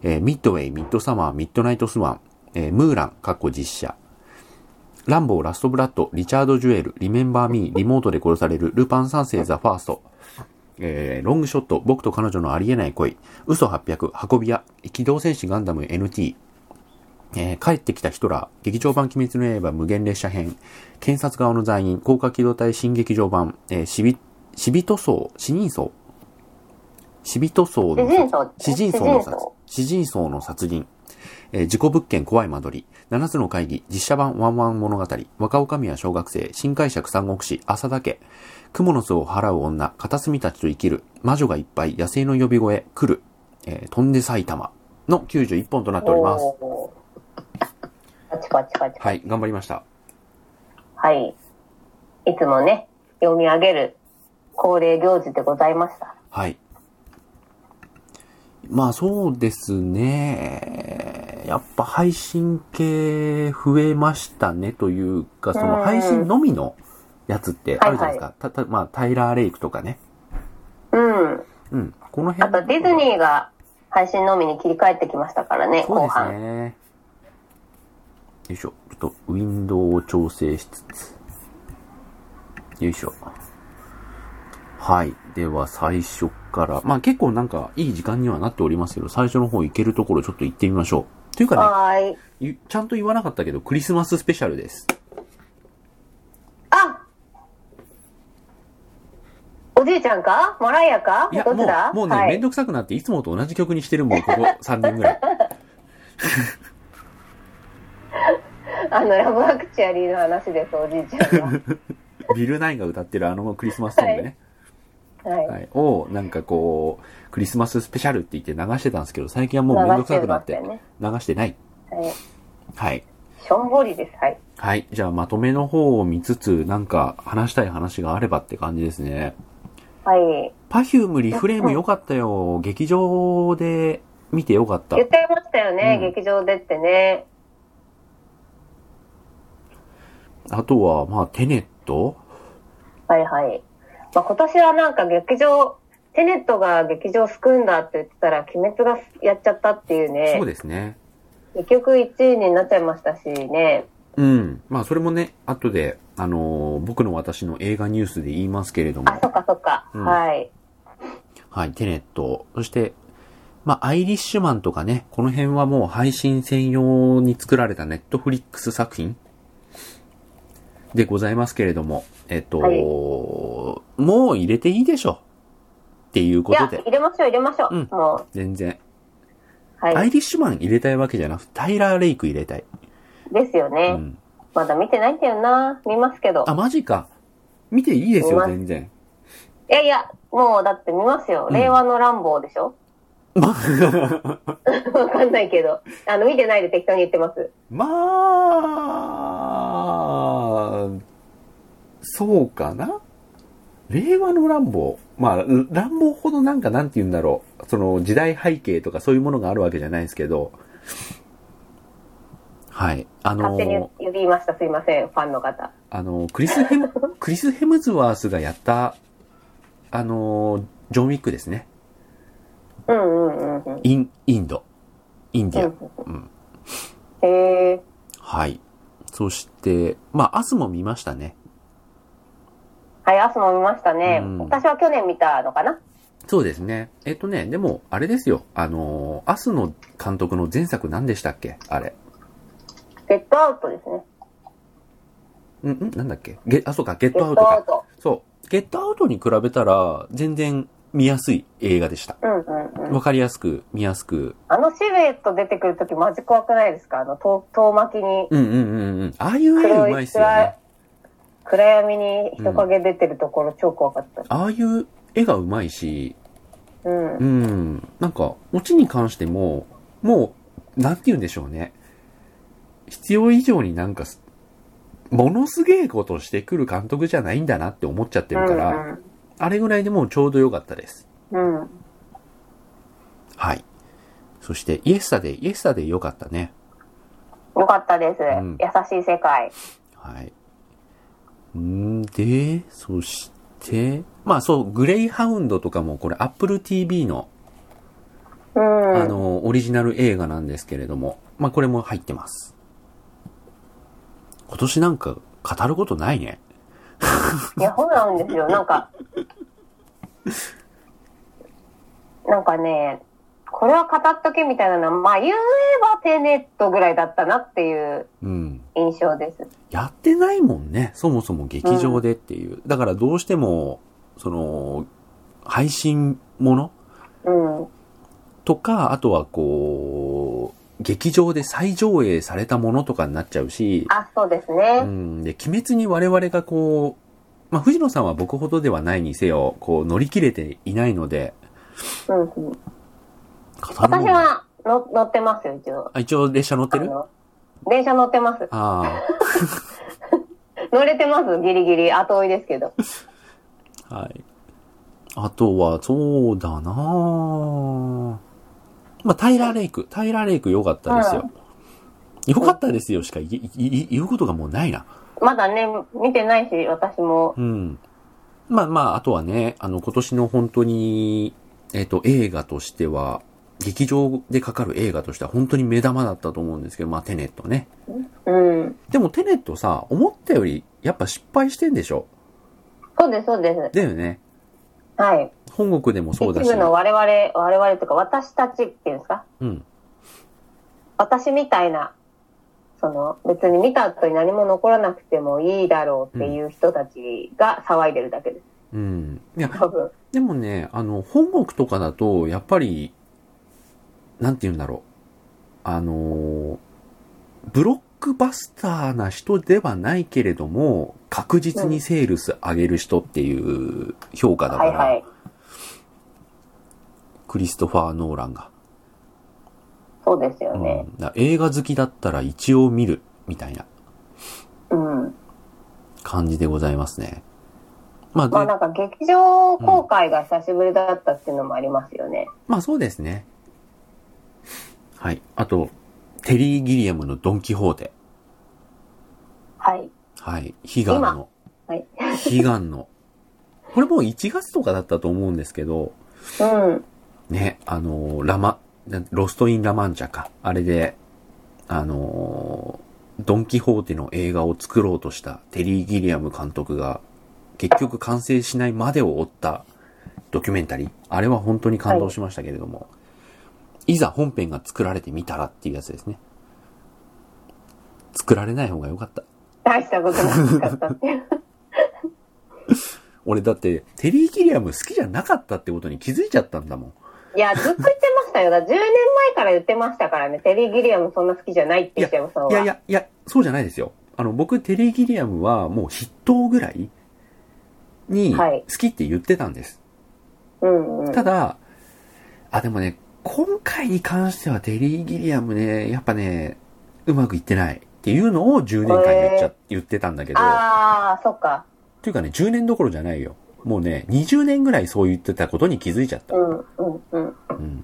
Speaker 1: えー、ミッドウェイ、ミッドサマー、ミッドナイトスワン、えー、ムーラン、かっこ実写、ランボー、ラストブラッド、リチャード・ジュエル、リメンバー・ミー、リモートで殺される、ルパン三世ザ・ファースト、えー、ロングショット、僕と彼女のありえない恋、嘘800、運び屋、機動戦士ガンダム NT、えー帰ってきたヒトラー、劇場版鬼滅の刃無限列車編、検察側の罪人、高架機動隊新劇場版、えー、死び、死人層、死人層、死人層の
Speaker 2: 死人層
Speaker 1: 死人層の殺
Speaker 2: 死人層、
Speaker 1: 死人層の殺人、えー事故物件怖い間取り、七つの会議、実写版ワンワン物語、若女将は小学生、新解釈三国志、浅田家、蜘蛛の巣を払う女、片隅たちと生きる、魔女がいっぱい、野生の呼び声、来る、えー飛んで埼玉の91本となっております。
Speaker 2: おーパチパチパチ。
Speaker 1: はい、頑張りました。
Speaker 2: はい。いつもね、読み上げる恒例行事でございました。
Speaker 1: はい。まあそうですね。やっぱ配信系増えましたねというか、その
Speaker 2: うん
Speaker 1: 配信のみのやつってあるじゃないですか。
Speaker 2: は
Speaker 1: たたまあタイラー・レイクとかね。
Speaker 2: うん。
Speaker 1: うん。この
Speaker 2: あ
Speaker 1: 辺
Speaker 2: とディズニーが配信のみに切り替えてきましたからね、
Speaker 1: そう
Speaker 2: 後
Speaker 1: です
Speaker 2: 半。
Speaker 1: ね。よいしょ。ちょっとウィンドウを調整しつつ。よいしょ。はい。では最初から。まあ結構なんかいい時間にはなっておりますけど、最初の方行けるところちょっと行ってみましょう。というか
Speaker 2: はーい。
Speaker 1: ね、ゆちゃんと言わなかったけど、クリスマススペシャルです。
Speaker 2: あおじいちゃんかマライアか
Speaker 1: いや、
Speaker 2: どっ
Speaker 1: も
Speaker 2: ち
Speaker 1: う
Speaker 2: だ、
Speaker 1: もうね、
Speaker 2: はい
Speaker 1: めんどくさくなっていつもと同じ曲にしてるもん、ここ3年ぐらい。
Speaker 2: あの、ラブアクチュアリーの話です、おじいちゃん
Speaker 1: ビル・ナイが歌ってるあのクリスマスソングね。
Speaker 2: はい が。はい。
Speaker 1: はい、を、なんかこう、クリスマススペシャルって言って流してたんですけど、最近はもうめんどくさくなって、
Speaker 2: 流してま
Speaker 1: 流してない。
Speaker 2: はい、
Speaker 1: はい。
Speaker 2: しょんぼりです、はい。
Speaker 1: はい。じゃあ、まとめの方を見つつ、なんか話したい話があればって感じですね。
Speaker 2: はい。
Speaker 1: パフュームリフレーム良かったよ。劇場で見て良かった
Speaker 2: 言。ってましたよね、
Speaker 1: うん
Speaker 2: 劇場でってね。
Speaker 1: あとは、まあ、テネット
Speaker 2: はいはい。まあ、今年はなんか劇場、テネットが劇場救うんだって言ってたら、鬼滅がやっちゃったっていうね
Speaker 1: そう。ですね。
Speaker 2: 結局1位になっちゃいましたしね。
Speaker 1: うん。まあ、それもね、後で、あのー僕の私の映画ニュースで言いますけれども
Speaker 2: あ、。そっかそっか。
Speaker 1: うん
Speaker 2: はい。
Speaker 1: はい、テネット。そして、まあ、アイリッシュマンとかね、この辺はもう配信専用に作られたネットフリックス作品でございますけれども、えっと、
Speaker 2: はい
Speaker 1: もう入れていいでしょっていう
Speaker 2: い
Speaker 1: こと
Speaker 2: や、
Speaker 1: で
Speaker 2: 入、れましょう、入れましょう。
Speaker 1: うん
Speaker 2: も
Speaker 1: 全然。
Speaker 2: う、は
Speaker 1: アイ
Speaker 2: い。
Speaker 1: リッシュマン入れたいわけじゃなくて、タイラー・レイク入れたい。
Speaker 2: ですよ
Speaker 1: う
Speaker 2: ね、
Speaker 1: ん。
Speaker 2: まだ見てないんだよな。見ますけど
Speaker 1: あ、。マジか。見ていいです
Speaker 2: 見
Speaker 1: よ、
Speaker 2: ます
Speaker 1: 全然。
Speaker 2: いやいや、もうだって見ますよ。
Speaker 1: うん
Speaker 2: 令和の乱暴でし ょ、
Speaker 1: ま、
Speaker 2: わかんないけど。あの、見てないで適当に言ってます。
Speaker 1: まあ、そうかな令和の乱暴。まあ、う乱暴ほどなんかなんて言うんだろう。その時代背景とかそういうものがあるわけじゃないですけど。はい。あ
Speaker 2: 勝手に
Speaker 1: の、
Speaker 2: 呼びました。すいません、ファンの方。
Speaker 1: あの、クリスヘ ム、クリスヘムズワースがやった、あの、ジョン・ウィックですね。
Speaker 2: うんうんうんうん。
Speaker 1: イン、インド。インディア。
Speaker 2: うんへえ。
Speaker 1: はい。そして、まあ、明日も見ましたね。
Speaker 2: はい、明日も見ましたね、
Speaker 1: うん
Speaker 2: 私は去年見たのかな
Speaker 1: そうですね。えっとね、でも、あれですよ。あのー、アスの監督の前作何でしたっけあれ。
Speaker 2: ゲットアウトですね。
Speaker 1: うん、んなんだっけゲあ、そうか、ゲッ
Speaker 2: ゲ
Speaker 1: トア
Speaker 2: ッ
Speaker 1: ウト
Speaker 2: トア
Speaker 1: か
Speaker 2: ウ。ト。
Speaker 1: そう。ゲットアウトに比べたら、全然見やすい映画でした。
Speaker 2: うんうんうん。
Speaker 1: わかりやすく、見やすく。
Speaker 2: あのシルエット出てくるときマジ怖くないですかあの、遠遠巻きに、
Speaker 1: うんうんうんうん。ああいう絵うまいっすよ
Speaker 2: 暗い
Speaker 1: ね。
Speaker 2: 暗闇に人影出てるところ超怖かった。
Speaker 1: ああいう絵がうまいし、
Speaker 2: うん。う、
Speaker 1: うんん。なんか、オチに関しても、もう、なんて言うんでしょうね。必要以上になんかす、ものすげえことをしてくる監督じゃないんだなって思っちゃってるから、あれぐらいでもうちょうど良かったです。
Speaker 2: うん。うん。
Speaker 1: はい。そして、イエスタデイ、イエスタデイ良かったね。
Speaker 2: よかったです。
Speaker 1: うん
Speaker 2: 優しい世界。
Speaker 1: はい。んで、そして、まあそう、グレイハウンドとかもこれ Apple TV の、
Speaker 2: うん。
Speaker 1: あの、オリジナル映画なんですけれども、まあこれも入ってます。今年なんか語ることないね。
Speaker 2: いや、そうなんですよ。なんか、なんかね、これは語っとけみたいなのは、まあ言えばテネットぐらいだったなっていう
Speaker 1: うん。
Speaker 2: 印象です。
Speaker 1: やってないもんね。そもそも劇場でっていう。だからどうしても、その、配信もの
Speaker 2: うん。
Speaker 1: とか、あとはこう、劇場で再上映されたものとかになっちゃうし、
Speaker 2: あ、そうです
Speaker 1: う
Speaker 2: ね。
Speaker 1: ん、で、鬼滅に我々がこう、まあ、藤野さんは僕ほどではないにせよ、こう、乗り切れていないので、
Speaker 2: うん。うん、
Speaker 1: 語るも
Speaker 2: 私
Speaker 1: のが
Speaker 2: はの乗ってますよ、一応。
Speaker 1: あ、一応列車乗って
Speaker 2: あ
Speaker 1: るあ
Speaker 2: の電車乗ってます。
Speaker 1: あ
Speaker 2: 乗れてます、ギリギリ。後追いですけど。
Speaker 1: ー、はい。あとは、そうだなぁまあ、タイラーレイク。タイラーレイク良かったですよ。良かったですよしか言い言い言うことがもうないな。
Speaker 2: まだね、見てないし、私も。
Speaker 1: うん。まあまあ、あとはね、あの、今年の本当に、えっ、と、映画としては、劇場でかかる映画としては本当に目玉だったと思うんですけど、まあ、テネットね。
Speaker 2: うん。
Speaker 1: でも、テネットさ、思ったより、やっぱ失敗してんでしょ
Speaker 2: そうです、そうです。
Speaker 1: だよね。
Speaker 2: はい。
Speaker 1: 本国でもそうだ
Speaker 2: 一
Speaker 1: し
Speaker 2: 部。の我々、我々というか、私たちっていうんですか
Speaker 1: うん。
Speaker 2: 私みたいな、その、別に見た後に何も残らなくてもいいだろうっていう人たちが騒いでるだけです。
Speaker 1: うん。いや、
Speaker 2: 多分。
Speaker 1: でもね、あの、本国とかだと、やっぱり、なんて言うんだろう。あのー、ブロックバスターな人ではないけれども、確実にセールス上げる人っていう評価だか
Speaker 2: は
Speaker 1: ら、
Speaker 2: いはい。
Speaker 1: クリストファー・ノーランが。
Speaker 2: そうですよ
Speaker 1: うん
Speaker 2: ね。
Speaker 1: だから映画好きだったら一応見る、みたいな
Speaker 2: うん。
Speaker 1: 感じでございますね。まあ、で
Speaker 2: まあなんか劇場公開が久しぶりだったっていうのもありますよね。
Speaker 1: まあそうですね。はい。あと、テリー・ギリアムのドン・キホーテ。
Speaker 2: はい。
Speaker 1: はい。悲願の。
Speaker 2: はい。
Speaker 1: 悲願の。これもう1月とかだったと思うんですけど、
Speaker 2: うん。
Speaker 1: ね、あのーラマ、なロストイン・ラマンチャか。あれで、あのードン・キホーテの映画を作ろうとしたテリー・ギリアム監督が、結局完成しないまでを追ったドキュメンタリー。あれは本当に感動しましたけれども、い、ざ本編が作られてみたらっていうやつですね。作られない方が良かった。
Speaker 2: 大したことなかったっていう。
Speaker 1: 俺だって、テリー・ギリアム好きじゃなかったってことに気づいちゃったんだもん。
Speaker 2: いや、ずっと言ってましたよ。だ10年前から言ってましたからね。テリー・ギリアムそんな好きじゃないって石山さんは。
Speaker 1: いやいや、いや、そうじゃないですよ。あの、僕、テリー・ギリアムはもう筆頭ぐらいに
Speaker 2: は
Speaker 1: 好
Speaker 2: い
Speaker 1: きって言ってたんです。
Speaker 2: うんうん。
Speaker 1: ただ、あ、でもね、今回に関してはテリー・ギリアムね、やっぱね、うまくいってないっていうのを10年間言っちゃ、
Speaker 2: へー
Speaker 1: 言ってたんだけど、
Speaker 2: ああ、そっか。
Speaker 1: というかね、10年どころじゃないよ。もうね、20年ぐらいそう言ってたことに気づいちゃった
Speaker 2: う。んうんうん。
Speaker 1: うん。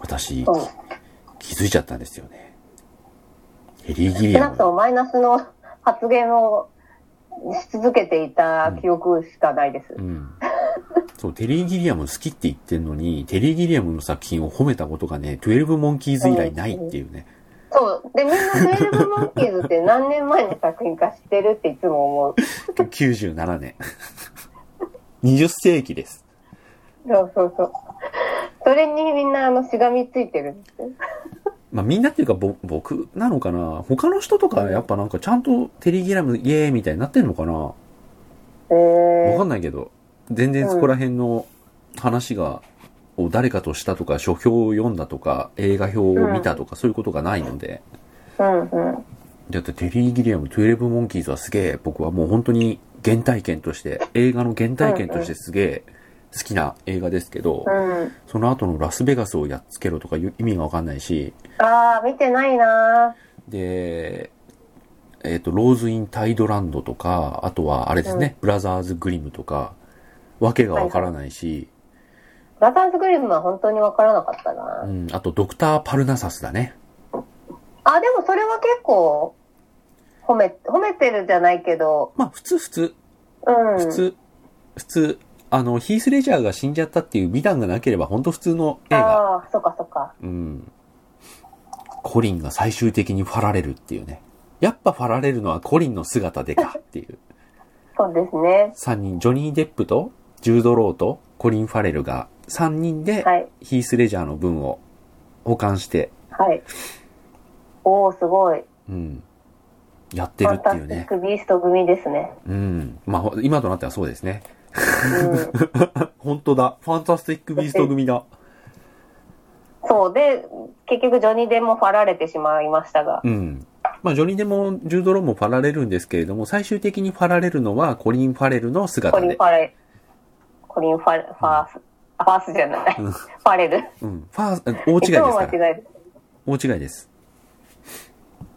Speaker 1: 私、
Speaker 2: そう
Speaker 1: 気づいちゃったんですよね。テリー・ギリ
Speaker 2: 少
Speaker 1: ア
Speaker 2: な
Speaker 1: ム
Speaker 2: く。ともマイナスの発言をし続けていた記憶しかないです。
Speaker 1: うん。そう、テリー・ギリアム好きって言ってんのに、テリー・ギリアムの作品を褒めたことがね、12モンキーズ以来ないっていうね。
Speaker 2: そう。で、みんな12モンキーズって何年前の作品か知ってるっていつも思う。
Speaker 1: 97年。20世紀です。
Speaker 2: そうそうそう。それにみんなあのしがみついてるんですよ。
Speaker 1: まあみんなっていうかぼ僕なのかな他の人とかやっぱなんかちゃんとテリー・ギリアムイエーイみたいになってんのかなわ
Speaker 2: え
Speaker 1: か
Speaker 2: ー、
Speaker 1: んないけど、全然そこら辺の話が、を誰かとしたとか、書評を読んだとか、映画表を見たとか、そういうことがないので。
Speaker 2: うんうん。
Speaker 1: だってテリー・ギリアム、12モンキーズはすげえ、僕はもう本当に原体験として、映画の原体験としてすげえ好きな映画ですけど、
Speaker 2: うん。
Speaker 1: その後のラスベガスをやっつけろとかいう意味がわかんないし、
Speaker 2: ああ、見てないな
Speaker 1: で、えっ、と、ローズ・イン・タイドランドとか、あとはあれですね、ブラザーズ・グリムとか、わけがわからないし、
Speaker 2: ーラタンスグリムは本当にわからなかったな
Speaker 1: うん、あとドクター・パルナサスだね。
Speaker 2: あ、でもそれは結構、褒め、褒めてるじゃないけど、
Speaker 1: まあ、普通普通、
Speaker 2: うん。
Speaker 1: 普通、普通、あの、ヒース・レジャーが死んじゃったっていう美談がなければ、本当普通の映画。
Speaker 2: ああ、そっかそっか。
Speaker 1: うん。コリンが最終的にファラレルっていうね。やっぱファラレルのはコリンの姿でかって いう。
Speaker 2: そうですね。
Speaker 1: 3人、ジョニー・デップと、ジュード・ローと、コリン・ファレルが3人で
Speaker 2: はい、
Speaker 1: ヒースレジャーの分を保管して、
Speaker 2: はい。おー、すごい。
Speaker 1: うん、やって
Speaker 2: フ
Speaker 1: る
Speaker 2: ァ
Speaker 1: ってい
Speaker 2: ンタス
Speaker 1: う
Speaker 2: ティッ
Speaker 1: ね。
Speaker 2: クビースト組ですね。
Speaker 1: うん。まあ、今となってはそうですね。
Speaker 2: うん。
Speaker 1: 本当だ。ファンタスティックビースト組だ。
Speaker 2: そう。で、結局ジョニーでもファられてしまいましたが。
Speaker 1: うん。まあ、ジョニーでもジュードローもファラれるんですけれども、最終的にファラれるのはコリン・ファレルの
Speaker 2: コ
Speaker 1: 姿
Speaker 2: リン・
Speaker 1: で
Speaker 2: フ。ァレコリン・ファファース、あファースじゃない。ファレル。
Speaker 1: うん。ファー、大違いです
Speaker 2: いつも
Speaker 1: から。
Speaker 2: 間違える。
Speaker 1: 大違いです。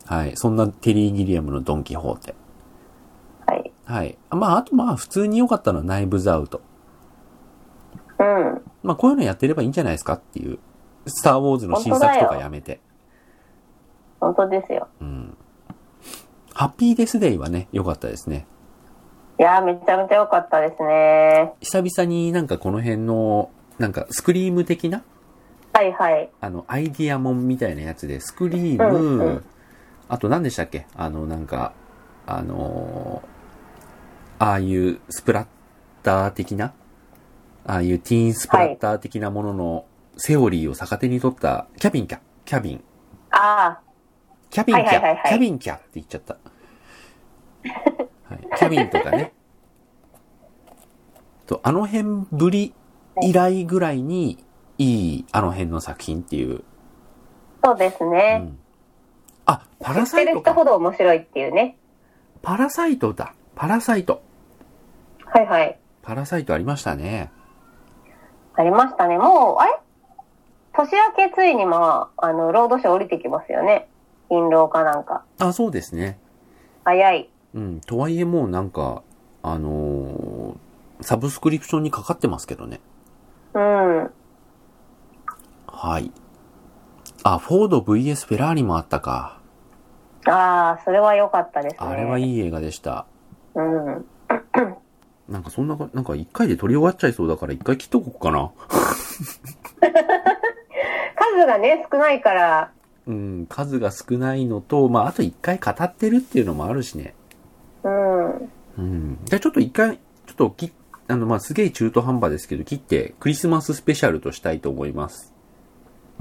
Speaker 1: はい。そんなテリー・ギリアムのドン・キホーテ。
Speaker 2: はい。
Speaker 1: はい。まあ、あとまあ、普通に良かったのはナイブズ・アウト。
Speaker 2: うん。
Speaker 1: まあ、こういうのやってればいいんじゃないですかっていう。スター・ウォーズの新作とかやめて。
Speaker 2: 本当ですよ。
Speaker 1: うん。ハッピーデス・デイはね、良かったですね。
Speaker 2: いやー、めちゃめちゃ良かったですね。
Speaker 1: 久々になんかこの辺の、なんかスクリーム的な
Speaker 2: はいはい。
Speaker 1: あの、アイディアモンみたいなやつで、スクリーム、
Speaker 2: うんうん
Speaker 1: あと何でしたっけあの、なんか、あのーああいうスプラッター的な、ああいうティーンスプラッター的なもののセオリーを逆手に取った、キャビンキャ、キャビン、
Speaker 2: あ
Speaker 1: キャビンキャ、
Speaker 2: はいはいはいはい
Speaker 1: キャビンキャって言っちゃった。はい、キャビンとかね。と、あの辺ぶり以来ぐらいに、いい、あの辺の作品っていう
Speaker 2: ー、そうです
Speaker 1: う
Speaker 2: ね。
Speaker 1: んあ、パラ
Speaker 2: 知っ
Speaker 1: サ
Speaker 2: て
Speaker 1: イ
Speaker 2: る
Speaker 1: ト
Speaker 2: 人ほ
Speaker 1: か。
Speaker 2: ど面白いっていうね。
Speaker 1: パラサイトだ。パラサイト。
Speaker 2: はいはい。
Speaker 1: パラサイトありましたね。
Speaker 2: ありましたね。もう、あれ年明けついにまあ、あの、ロードショー降りてきますよね。勤労かなんか。
Speaker 1: あ、そうですね。
Speaker 2: 早い。
Speaker 1: うん。とはいえもうなんか、あのーサブスクリプションにかかってますけどね。
Speaker 2: うん。
Speaker 1: はい。あ、フォード VS フェラーリもあったか。
Speaker 2: ああ、それは良かったですね。
Speaker 1: あれはいい映画でした。
Speaker 2: うん。
Speaker 1: なんかそんなか、なんか一回で撮り終わっちゃいそうだから一回切っとこうかな。
Speaker 2: 数がね、少ないから、
Speaker 1: うん、数が少ないのと、まあ、あと一回語ってるっていうのもあるしね。
Speaker 2: うん。
Speaker 1: うん。じゃあちょっと一回、ちょっとき、あの、まあ、すげえ中途半端ですけど、切って、クリスマススペシャルとしたいと思います。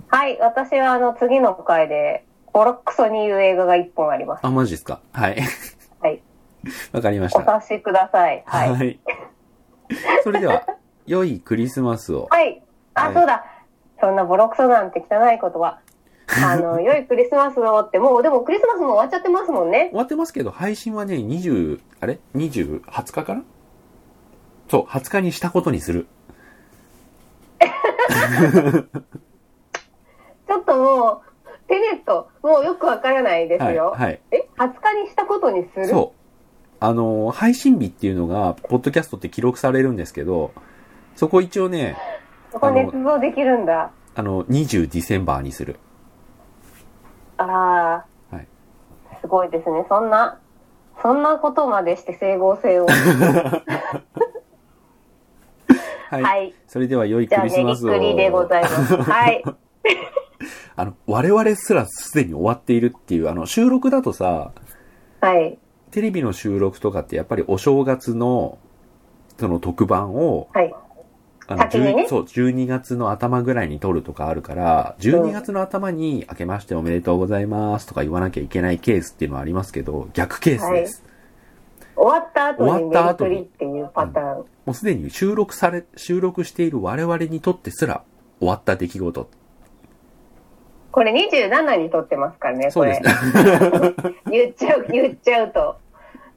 Speaker 2: はい、私はあの、次の回で、ボロクソに言う映画が一本あります。
Speaker 1: あ、マジですかはい。
Speaker 2: はい。
Speaker 1: わかりまし
Speaker 2: お
Speaker 1: た。
Speaker 2: 察しください。 はい。
Speaker 1: い。それでは、良いクリスマスを。
Speaker 2: はい。あ、
Speaker 1: はい
Speaker 2: そうだ。そんなボロクソなんて汚いこ とは。あの、良いクリスマスをって、もう、でもクリスマスも終わっちゃってますもんね。
Speaker 1: 終わってますけど、配信はね、20、あれ ?20、20日かなそう、20日にしたことにする。
Speaker 2: ちょっともう、テネット、もうよくわからないです
Speaker 1: はい。
Speaker 2: よ。
Speaker 1: はい。
Speaker 2: え、20日にしたことにする
Speaker 1: そう。あのー、配信日っていうのが、ポッドキャストって記録されるんですけど、そこ一応ね、
Speaker 2: そこ捏造できるんだ。
Speaker 1: あの、20ディセンバーにする。
Speaker 2: ああ、
Speaker 1: はい
Speaker 2: すごいですね。そんな、そんなことまでして整合 性を。
Speaker 1: はい。
Speaker 2: はい。
Speaker 1: それでは良い
Speaker 2: じ
Speaker 1: ク
Speaker 2: ゃあ、
Speaker 1: リ
Speaker 2: ね
Speaker 1: スマ
Speaker 2: ぎ
Speaker 1: スを。
Speaker 2: くりでございます。はい。
Speaker 1: あの、我々すらすでに終わっているっていう、あの、収録だとさ、
Speaker 2: はい。
Speaker 1: テレビの収録とかってやっぱりお正月の、その特番を、
Speaker 2: はい。
Speaker 1: あの、
Speaker 2: 先にね
Speaker 1: 10そう、12月の頭ぐらいに撮るとかあるから、12月の頭に明けましておめでとうございますとか言わなきゃいけないケースっていうのはありますけど、逆ケースです。
Speaker 2: 終わった後に
Speaker 1: 終わった後
Speaker 2: めぎく
Speaker 1: に
Speaker 2: りっていうパター
Speaker 1: も
Speaker 2: ン。
Speaker 1: うすでに収録され、収録している我々にとってすら終わった出来事。
Speaker 2: これ27に撮ってますからね、
Speaker 1: そう
Speaker 2: こ
Speaker 1: で
Speaker 2: れ
Speaker 1: す。ね。
Speaker 2: 言っちゃう、言っちゃうと。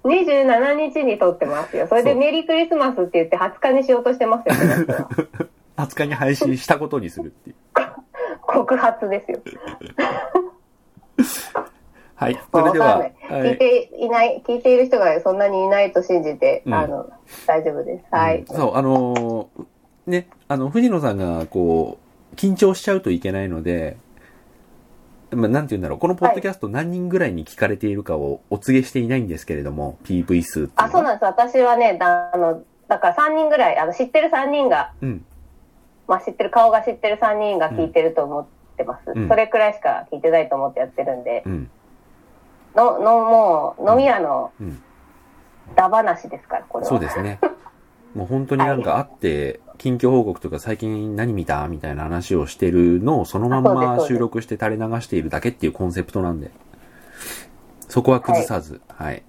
Speaker 2: 27日に撮ってますよ。それで
Speaker 1: そう
Speaker 2: メリークリスマスって言って20日にしようとしてますよ、この人 は
Speaker 1: 20日に配信したことにするっていう。
Speaker 2: 告発ですよ。
Speaker 1: はい。
Speaker 2: ま
Speaker 1: そ
Speaker 2: あ
Speaker 1: れでは、
Speaker 2: わかん
Speaker 1: は
Speaker 2: ないい。聞いていない、聞いている人がそんなにいないと信じて、
Speaker 1: うん
Speaker 2: あの、大丈夫です。はい。
Speaker 1: うんそう、あのーね、あの、藤野さんが、こう、緊張しちゃうといけないので、まあ、なんて言うんだろう、このポッドキャスト何人ぐらいに聞かれているかをお告げしていないんですけれども、PV 数ってい
Speaker 2: あ、そう
Speaker 1: の
Speaker 2: なんです。私はね、だあの、だから3人ぐらい、あの、知ってる3人が、
Speaker 1: うん。
Speaker 2: まあ、知ってる、顔が知ってる3人が聞いてると思ってます。
Speaker 1: うん
Speaker 2: それくらいしか聞いてないと思ってやってるんで、
Speaker 1: うん。
Speaker 2: の、の、もう、飲み屋の
Speaker 1: うん。
Speaker 2: ダ話ですから、これは。
Speaker 1: そうですね。もう本当になんか会って、近況報告とか最近何見たみたいな話をしてるのをそのまん
Speaker 2: あそうですそ
Speaker 1: ま
Speaker 2: うです
Speaker 1: 収録して垂れ流しているだけっていうコンセプトなんで、そこは崩さず、はい。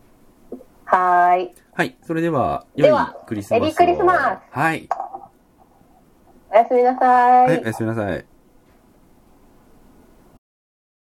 Speaker 2: はーい。
Speaker 1: はい、それでは、良
Speaker 2: で
Speaker 1: い
Speaker 2: は
Speaker 1: クリスマスを。
Speaker 2: メリークリスマス
Speaker 1: はい。
Speaker 2: おやすみなさ
Speaker 1: はい、おやすみなさい。